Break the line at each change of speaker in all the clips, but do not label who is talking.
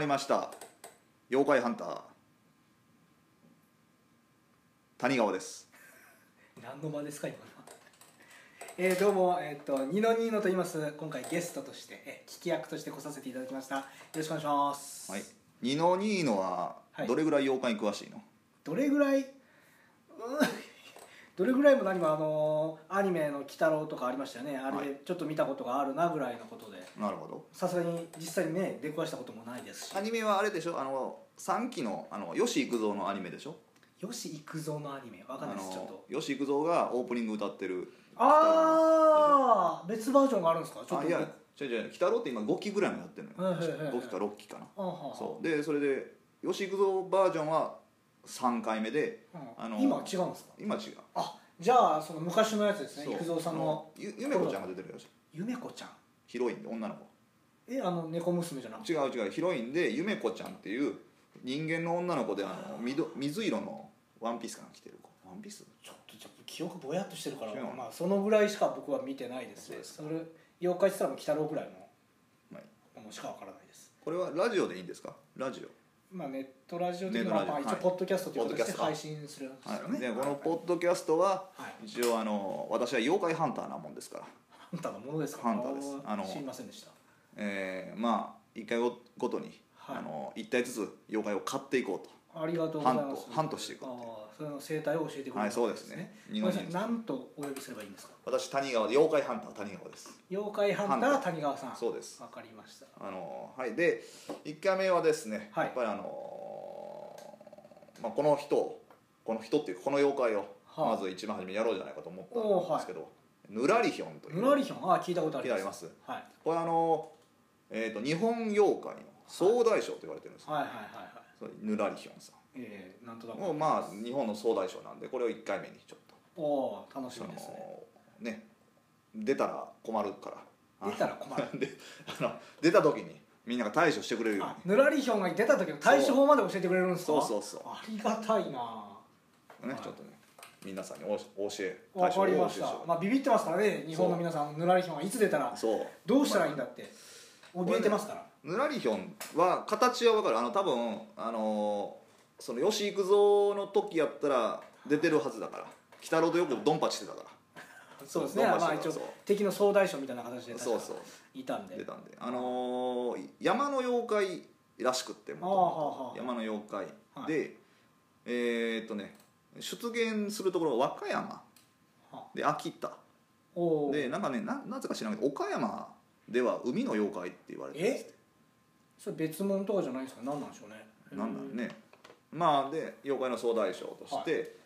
りました妖怪ハンター谷川です
何の場ですか今のは えーどうも、えー、とニノニーノと言います今回ゲストとして、えー聞き役として来させていただきましたよろしくお願いします、
はいニノニーノは
はい
どれぐらい妖怪に詳しいの、
どれぐらいうーん どれぐらいも何もあのーアニメの「鬼太郎」とかありましたよねあ
は
れ
い
でちょっと見たことがあるなぐらいのことで
なるほど
さすがに実際にね出くわしたこともないですし
アニメはあれでしょあの3期のあの吉幾三のアニメでしょ
吉幾三のアニメわかんないですちょっと
あの吉幾三がオープニング歌ってる
ああ別バージョンがあるんですかちょっ
あ
と
いや違う違う鬼太郎って今5期ぐらいもやってるの
はいはいはいは
よ
い
5期か6期かな
あはは
そうでそれで吉幾三バージョンは3回目で
うん
あの
今は違うんですか
今違う
あじゃあその昔のやつですね
そう
育三さん
あ
の
ゆゆめこちゃんが出てるよ
ゆめこちゃん
ヒロインで女の子
えあの猫娘じゃなくて
違う違うヒロインでゆめこちゃんっていう人間の女の子であのみど水色のワンピースかな着てる子ワンピース
ちょっとちょっと記憶ぼやっとしてるから
違うの
まあそのぐらいしか僕は見てないです
そうです
それ妖怪したらもう鬼太郎ぐらいの
はい
ものしかわからないです
これはラジオでいいんですかラジオ
まあネットラジオ的
ネッ
な
トラジオ
まあ一
は
応
い
ポッドキャストという
ポッ
形
ドキ
で
ャスト
配信するんですよ
はい
ね
でこの
ッ
ポッドキャストは
はい
一応あの私は妖怪ハンターなもんですから
ハンターのものですか
ハンターです
あ
あの
知りませんでした
えーまあ一回ごごとに
はい
あの一体ずつ妖怪を買っていこうと
ありがとうございます
ハントハントしていくっていう
あーそれの生態を教えてくれる
はいそうですね
ごめんなさい何とお呼びすればいいんですか
私谷川で妖怪ハンター谷川です
妖怪ハンタ
ハンタ
ー
ー
谷川さん
そうです
わかりました
あのはいで1回目はですね、
はい
やっぱりあのまあ、この人をこの人っていうかこの妖怪を
はあ
まず一番初めにやろうじゃないかと思
おー
った
は
んです
い
けど、ぬらりひょんという
ぬらりひょんあー聞いたことあります
聞いたことあり
はい、
これあの、えー、と日本妖怪の総大将と言われてるんです、
はいはいはいはい
そうぬらりひょんさ
えー、なんとなんく
もうまあ日本の総大将なんでこれを1回目にちょっと
おおー楽し
そ
み
の
ですね
ね出たら困るからあの
出たら困る
であの出た時にみんなが対処してくれるように
あぬらりひょんが出た時の対処法まで教えてくれるんです
そう
か
そうそう
ありがたいな
ね、
はい
ちょっとね皆さんにおお教え
わ
対処
か
を
りま
お
し
教え
た
よ、う
まあ、ビビってますからね日本の皆さんぬらりひょんがいつ出たら
そう
どうしたらいいんだって怯えてますから、
ぬらりひょんは形は分かるあの多分あのーその吉幾三の時やったら出てるはずだから鬼太郎とよくドンパチしてたから
そうですね
ドンパチ
ま
し
あ
て
一
た
応敵の総大将みたいな形で
そうそうそ
確か
う
いたんで
出たんであのー山の妖怪らしくって
あーはー
も
はー
ともと山の妖怪
はい
でえーっとね出現するところは和歌山
は
で秋田
おお
でなんかねななぜか知らんけど岡山では海の妖怪って言われてるんですって
えそれ別物とかじゃないんですか何なんでしょうね
なんだろうね、まあで妖怪の総大将として、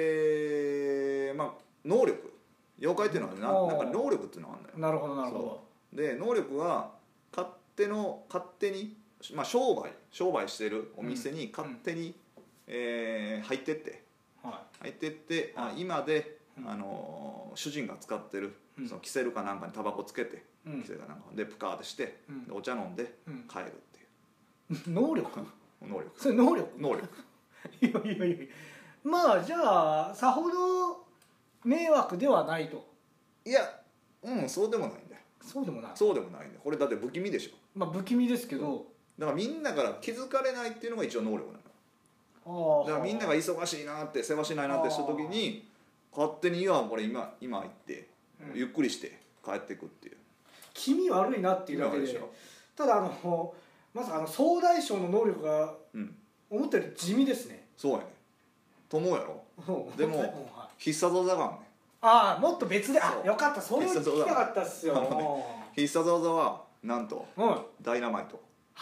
でまあ能力妖怪っていうのは
お
な
ー
なんか能力っていうのがあるんだよ
なるほどなるほど
で能力は勝手の勝手に、まあ、商売商売してるお店に勝手に、えー入ってって
は
入ってって、あ
は
今で、
うん
あのー主人が使ってる、
うん
そのキセルかなんかにタバコつけて、
い、うん
キセルかなんかでプカーってして、
うん
でお茶飲んで
うん、
帰るってい
能力
う能力
それ能力
能力
いやいやいやまあじゃあさほど迷惑ではないと
いやうんそうでもないんだよ
そうでもない
そうでもないんだよこれだって不気味でしょ
まあ不気味ですけど
だからみんなから気づかれないっていうのが一応能力なのよ
あ
だからみんなが忙しいなって世話しないなってした時に勝手に「いやこれ今今行って
うん
ゆっくりして帰ってく」っていう
気味悪いなっていうだけ
今
で
でしょ
ただあのまさかあの総大将の能力が
うん
思ったより地味ですね
そうやねと思うやろでも
うん はい
必殺技があんね
ああもっと別であ
そう
よかったそれを聞きたかったっすよ
そうだねん必殺技はなんと
うんは
ダイナマイト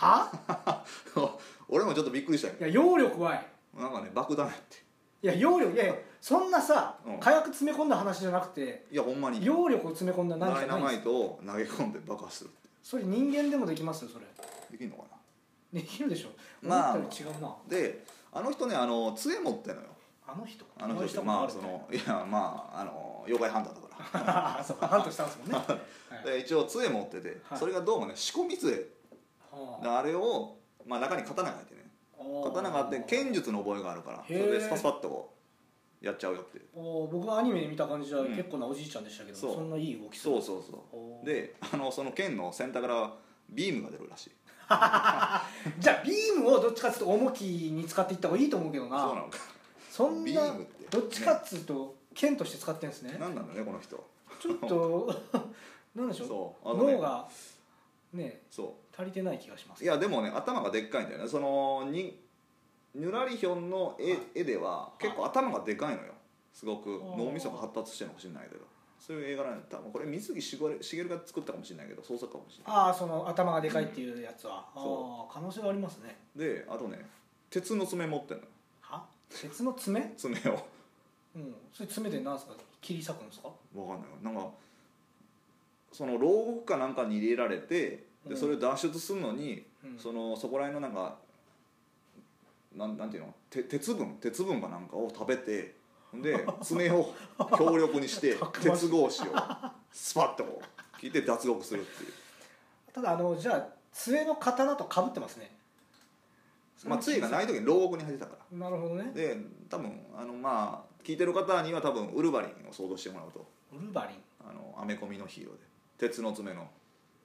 俺もちょっとびっくりしたよ
いや揚力はい
なんかね爆弾やって
いや揚力いやいやそんなさ、
うん
火薬詰め込んだ話じゃなくて
いやほんまに
揚力を詰め込んだ何
ダ
じゃ
イ
な
ナ
い
マ
んです
イトを投げ込んで爆破する
それ人間でもできますよそれ
できんのかな
できるでしょ
まあ
思ったより違うな
であの人ねあの杖持ってんのよ
あの人
あの人って
お
ま
会
あ
いし
そ
たこと
のいやまああの妖怪ハンターだか
ある そうハントしたんです もんね、はい
らで一応杖持ってて
はい
それがどうもね仕込み杖
は
であれをまあ中に刀が入ってね
あ
刀があって剣術の覚えがあるからそれ
へ
で
ー
スパスパッとこうやっちゃうよって
おー僕がアニメで見た感じじゃ
うん
結構なおじいちゃんでしたけど、
そう
そんないい動き
そう
そ
そう
お
そう
ー
であのその剣の先端からビームが出るらしい
じゃあビームをどっちかっつうと重きに使っていった方がいいと思うけどな
そうなのか
そん
ビ
な
ームって
どっちかっつうと剣として使ってるんですね
何なんだねこの人
ちょっ となんでしょう
そうあのね
脳がね
そう
足りてない気がします
いやでもね頭がでっかいんだよねそのにぬらりひょんの絵,、
はい
絵では結構頭がでかいのよすごく
ー
脳みそが発達してるのかもしれないけどそういう映画なんだ多分これ水木しげるしげるが作ったかもしれないけど創作かもしれな
ああその頭がでかいっていうやつは、
うん
ああ可能性がありますね
いであとね鉄の爪持ってんの
は鉄の爪
爪を
うんそれ爪で何すか切り裂くんですか
わかんないよなんかその牢獄かなんかに入れられて
うん
でそれを脱出するのに、
うん
そのそこら辺のなんかなんなんていうのて鉄分鉄分かなんかを食べて で爪を強力にして
たくま
鉄格
し
子をスパッとこう切って脱獄するっていう
ただあのじゃあ杖の刀とかぶってますね
まあ杖がない時に牢獄に入ってたか
なるほどね
らで多分あのまあ聞いてる方には多分ウルヴァリンを想像してもらうと
ウルヴァリン
あのアメコミのヒーローで鉄の爪の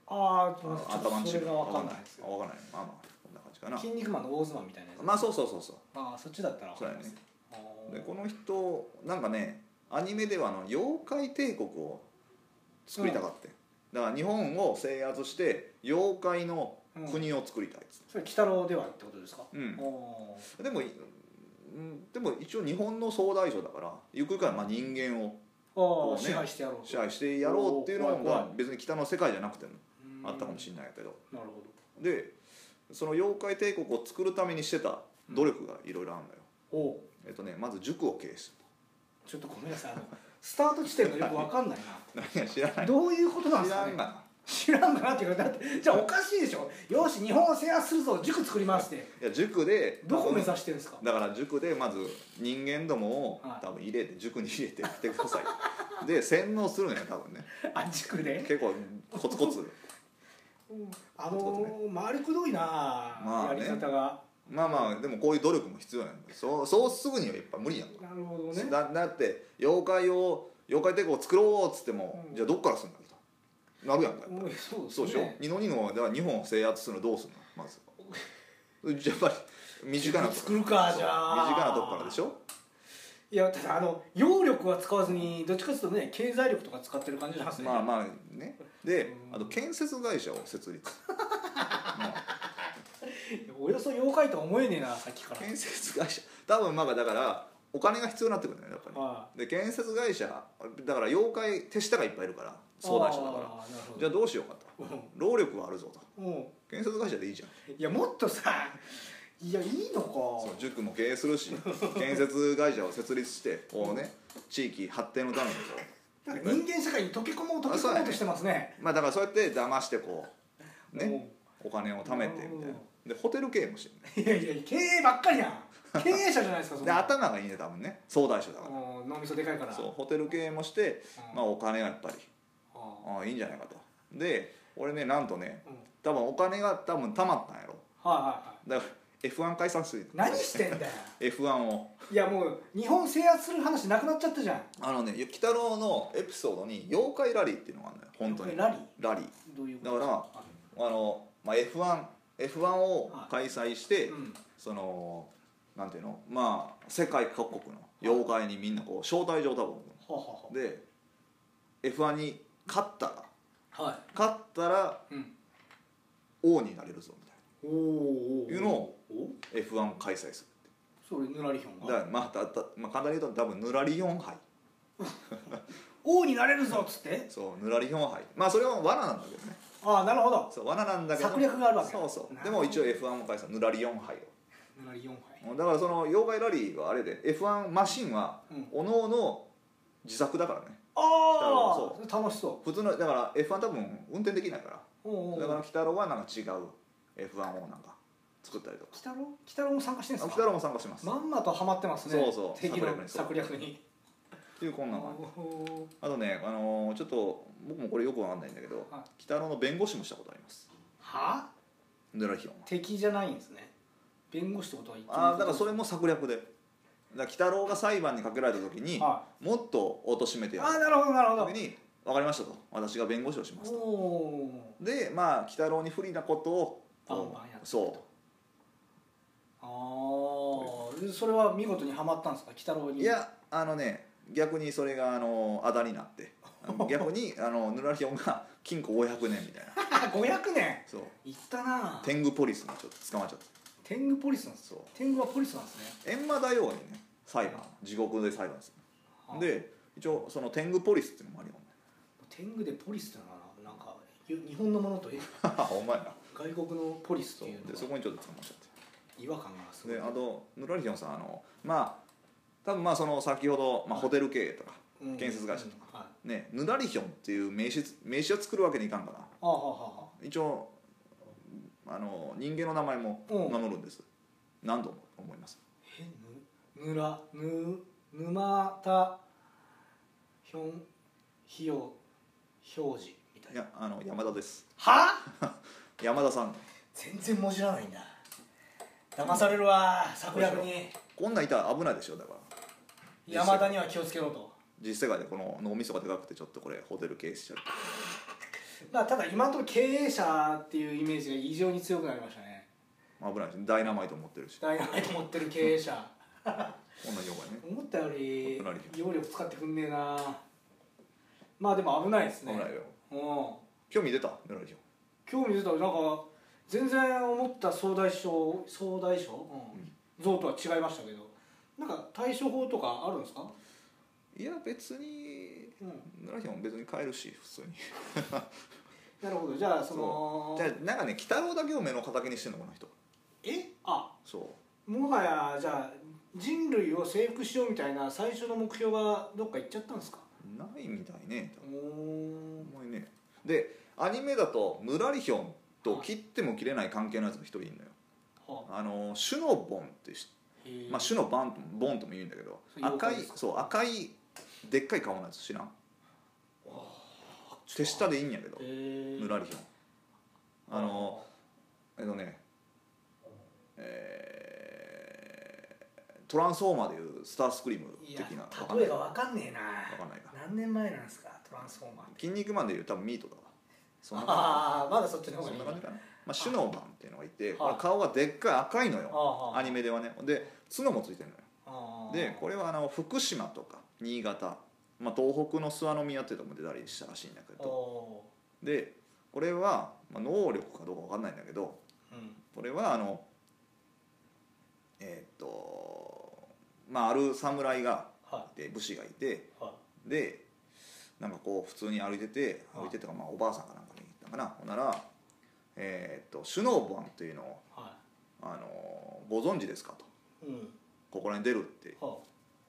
ああ
あ
ごめんな
の
さいちょ
頭
っ
の
とそ
汁
れが分かんないです
わかんないまあまあこんな感じかな
筋肉マンの大相撲みたいなやつ、
まあそうそうそうそう
ああそっちだったら分
そう
か
や
りま
ね
すあー
でこの人なんかねアニメではあの妖怪帝国を作りたかって、だから日本を制圧して妖怪の国を作りたいっつっ
それ鬼太郎ではってことですか
て、うん
お
でもいうんでも一応日本の総大将だからゆくゆくはまあ人間を
お、
こ
ああ、
うね
支配してやろうと
支配してやろうっていうの
おー怖い
が
怖
別に北の世界じゃなくても
うん
あったかもしれないけど
なるほ
でその妖怪帝国を作るためにしてた努力がいろいろあるのよ、
どおう
えっとねまず塾を経 営す
ちょっとごめんなさいあのスタート地点がよく分かんない
る何や知らな
ないどういうことなんで
知
す
ら
か
ん
ね
がな
知らんかなっていうかだってじゃあおかしいでしょよし日本を制圧するぞ塾作りますって
いや塾で
どこ目指してるんですか
だから塾でまず人間どもを
はい
多分入れて塾に入れてやってくださ いで洗脳するのよ多分ね
あ塾で
結構コツコツ
あ
そういう
の
こ
ー、丸くどいな、
まあ
や
ね
り方が
まあまあでもこういう努力も必要なんだよそうそうすぐにはやっぱ無理やんか、
なるほどね
だだって妖怪を妖怪帝国を作ろうっつっても、
うん
じゃあどっからするんだとなるやんか
もうそうです
そう
ね
でしょ、二の二のだから日本を制圧するのどうするのま ずやっぱり身近なとこ
作るかじゃあ
そう身近なとこからでしょ
いやただあの揚力は使わずにどっちかというとね経済力とか使ってる感じなんですね、
まあまあねで
うん
あと建設会社を設立う
およそ妖怪とは思えねえなさっき から
ん建設会社多分まあだからお金が必要になってくるねやっぱ
は
りで建設会社だから妖怪手下がいっぱいいるから相談者だから
あーなるほど
じゃあどうしようかと労力はあるぞと
も
建設会社でいいじゃん
うんいやもっとさいやいいの
そう
か
塾も経営するし建設会社を設立してこうね地域発展のためにこ
なんか人間社会に溶け込もう溶け
あそう
込
や
もう
ね
としてますね
うまあだからそうやって騙してこうね
も
お金を貯めてみたいなでホテル経営もしてるね
ういやいや経営ばっかりやん経営者じゃないですか そ
で
の
頭がいいね多分ね総大将だから
うん脳みそでかいから
そうホテル経営もして、
うん
まあ、お金がやっぱり
あ
ああいいんじゃないかとで俺ねなんとね
ーうん
多分お金が多分たまったんやろ
はいはいはい
だから F1 解散する
何してんだよ
F1 を
いやもう日本制圧する話なくなっちゃったじゃん
あのね雪太郎のエピソードに「妖怪ラリー」っていうのがあるのよ本当に
ラリー
ラリー
どういうこ
だ
と
からあの、まあ、F1F1 を開催して、
うん
そのなんていうのまあ世界各国の妖怪にみんなこう招待状多分
はは
で F1 に勝ったら
はは
勝ったら
い、うん、
王になれるぞみたいな
おーおーお
いうのを
お
F1 開催す
それぬらりひょん
る
が
だからまあたた、まあ、簡単に言うと多分ぬらり4杯
王になれるぞっつって
そうぬらり4杯まあそれは罠なんだけどね
ああなるほど
そう罠なんだけど
策略があるわけ
そうそう
なる
で
ほど
も一応 F1 も開催ぬらり4杯
ぬらり4杯
をだからその妖怪ラリーはあれで F1 マシンは
うん
おのおの自作だからね
あ
そ
あ楽しそ
普通のだから F1 多分運転できないから
うおうおう
だから鬼太郎はなんか違う F1 をなんか作ったりとか
北郎北郎も参加してん
あ
す
鬼
か
太郎も参加します
まんまとハマってますね
そうそう
敵の策
策
略に
っていうこんな感じ
おー
あとね、あのーちょっと僕もこれよくわかんないんだけど、
は
北野の弁護士もしたことあります
は
ヌラヒョンは
敵じゃないんですね弁護士ってことは言って
ああだからそ
れ
れも策略でだから北郎が裁判にかけられた時に、
は
もっと貶としめてや
ああ
る
なるほどなるほ
た
ど
めに「分かりました」と「私が弁護士をします」
お
と
お
でまあ北郎に不利なことを
バンバン
こ
やって
う
た
そ
ああそれは見事にはまったんですか鬼太郎
う
に
い やあのね逆にそれがあのあだになって 逆にあのヌラリオンが金庫500年みたいな
500年
そう
いったな
天狗ポリスにちょっと捕まっちゃって
天狗ポリスなんです
そう
天狗はポリスなんですね
閻魔大王にね裁判地獄で裁判す
はあ
るで一応その天狗ポリスっていうのもあるよね
天狗でポリスってのはななんかゆ日本のも のとえ
お前な
外国のポリスと
そう
いうの
でそ
は
こにちょっと捕まっちゃって
違和感がすごい
であとヌラリヒョンさんあのまあ多分まあその先ほど、まあ、ホテル経営とか、
うん
建設会社と
うんはい
ねヌラリヒョンっていう名詞名詞を作るわけにいかんから
ああはあはあは
一応あの人間の名前も
うん
名乗るんです、何度も思います
えぬぬらぬ沼田ひょんひよひょうじみたい
い
な
やあの山田です
は
山田さん
全然文字らないんだ騙されるわ桜君に
こんなんいたら危ないでしょだから
山田には気をつけろと
実世界でこの脳みそがでかくてちょっとこれホテル経営しちゃう
まあただ今のところ経営者っていうイメージが異常に強くなりましたね
まあ危ないしダイナマイト持ってるし
ダイナマイト持ってる経営者
こんなんよくね
思ったより
大人に
揚力使ってくんねえなまあでも危ないです
危
ね
ないよ
うん
興味出たヌラリヒョン
興味出たなんか全然思った総大将総大将、うん、像とは違いましたけどなんか対処法とかあるんですか、
いや別に
うん、
ヌラリヒョン別に帰るし普通に
なるほどじゃあその
じゃあなんかね鬼太郎だけを目の敵にしてんのこの人
えあ
そ
もはやじゃあ人類を征服しようみたいな最初の目標がどっか行っちゃったんですか
うないみたいね
おー
お前ねでアニメだとヌラリヒョンと切っても切れない関係のやつが一人いるのよ
は
あのシュノボンってし、
へー
まあ、シュノバンともボンとも言うんだけど
それ妖
赤
怪
い
ですか
そう赤いでっかい顔のやつ知らん手下でいいんやけど
へー
ヌラリヒョンあのえっとねえートランスフォーマーでいうスタースクリーム
い
的
や
な
例えが分かんねえな
わかんないか
何年前なんですかトランスフォーマー
筋肉マンでいう多分ミートだわそんな感
ああまだそっち
じ
の方が
そ
い
んな
いな
感じかな、まあ、シュノーバンっていうのがいて
い
これ顔がでっかい赤いの
ああ
よ
ああ
アニメではねで角もついてるのよ
あー
でこれはあの福島とか新潟、まあ、東北の諏訪宮っていうとこも出たりしたらしいんだけど
お
でこれは、まあ、能力かどうかわかんないんだけど
ーうん
これはあのえーっとまあある侍が
はい
て武士がいて
いはい
でなんかこう普通に歩いてて
はい
歩いてとかまあおばあさんかなんかに行ったかなほんなら「えーっと首脳版というのを、
は
あのご存知ですか?」と
いうん
「ここらに出る」って
は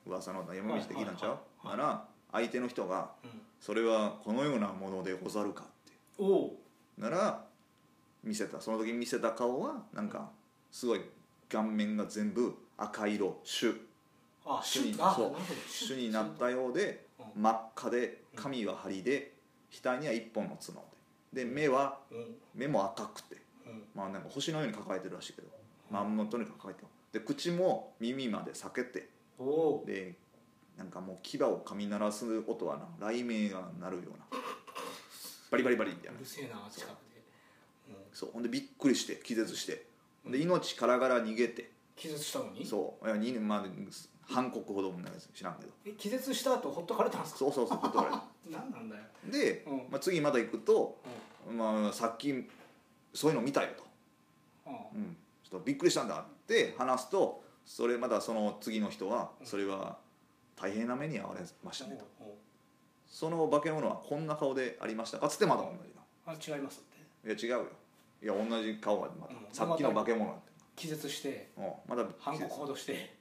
噂の山道的なんちゃう
は
な
い
ら相手の人が
あうん
「それはこのようなものでござるか」って
おお
なら見せたその時見せた顔はなんかすごい顔面が全部赤色朱
あ
朱に
あ
そう
なるほど
朱になったようで
う
真っ赤で髪は針で額には一本の角でで目は
うんうん
目も赤くてまあなんか星のように抱えてるらしいけどまあもうとにかく抱えてるで口も耳まで裂けて
おお
でなんかもう牙を噛み鳴らす音はな雷鳴が鳴るようなバリバリバリみたいうな
るせえな近くでうん
そうほんでびっくりして気絶して
うん
で命からがら逃げて
気絶したのに
そういや2年まで半刻ほどもなんか知らんけど
え気絶した後ほっとかれたんですか
そうそうそうほっとかれた
何なんだよ
で、
うん
まあ、次また行くと、
うん
まあ、さっきそういうの見たよと、
うん
うん、ちょっとびっくりしたんだって話すとそれまたその次の人は
うん
それは大変な目に遭われましたねと、
おう
その化け物はこんな顔でありましたかつってまた同じ
おうあ違いますって
ないや違うよいや同じ顔がまた、
うん
さっきの化け物なんて、
気絶して
うん、まだ
反抗行動して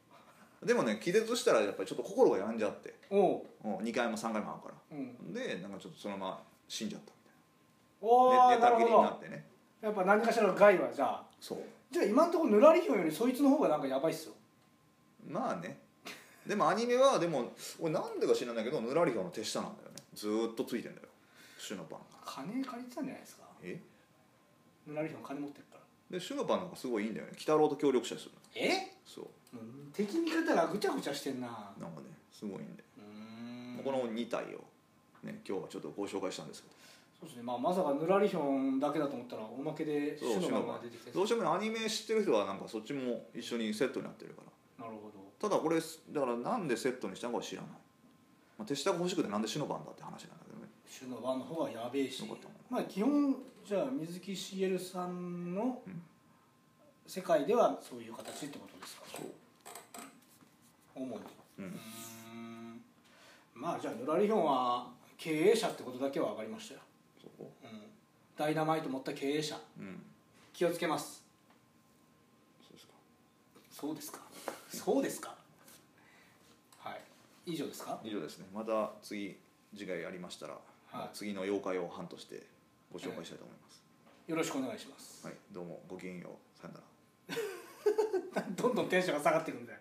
でもね気絶したらやっぱりちょっと心が病んじゃって、
おう
うん、2回も3回も会うから
うん
でなんかちょっとそのまま死んじゃったみ
お
たいな
ー
で
なる
寝たき
ほ
りになっ
ど
てね
やっぱ何かしらの害はじゃあ
そう
じゃあ今のところぬらりひょんよりそいつの方がなんかやばいっすよ
まあねでもアニメはでも俺なんでか知らないけどヌラリヒョンの手下なんだよねずーっとついてんだよシュノパンが
金借りてたんじゃないですか
え
ぬらりひょん金持ってるから
でシュノパンなんかすごいいいんだよね鬼太郎と協力したりするの
え
そう
もう敵味方がぐちゃぐちゃしてんな
なんかねすごいんで、
うーん
この2体をね今日はちょっとご紹介したんですけど
そうですね、まあ、まさかぬらりひょんだけだと思ったらおまけでシ
そう
ュノマンが
シ
出てきて
どうしてもねアニメ知ってる人はなんかそっちも一緒にセットになってるから
なるほど
ただこれだからなんでセットにしたのかは知らない、まあ、手下が欲しくてなんでシノバンだって話なんだけどね
シュノマンの方がやべえし
よかったもん
まあ基本じゃあ水木しげるさんの
うん
世界ではそういう形ってことですか
そう
主に
うん
ーんまあじゃあぬらりひょんは経営者ってことだけは分かりましたよ、
そこ
うん、ダイナマイト持った経営者
うん
気をつけます
そうですか
そうですかそうですかはい以上ですか
以上ですねまた次次回やりましたら、
はい
次の妖怪を班としてご紹介したいと思います、
よろしくお願いします
はいどうもごきげんようさよなら
どんどんテンションが下がっていくんだよ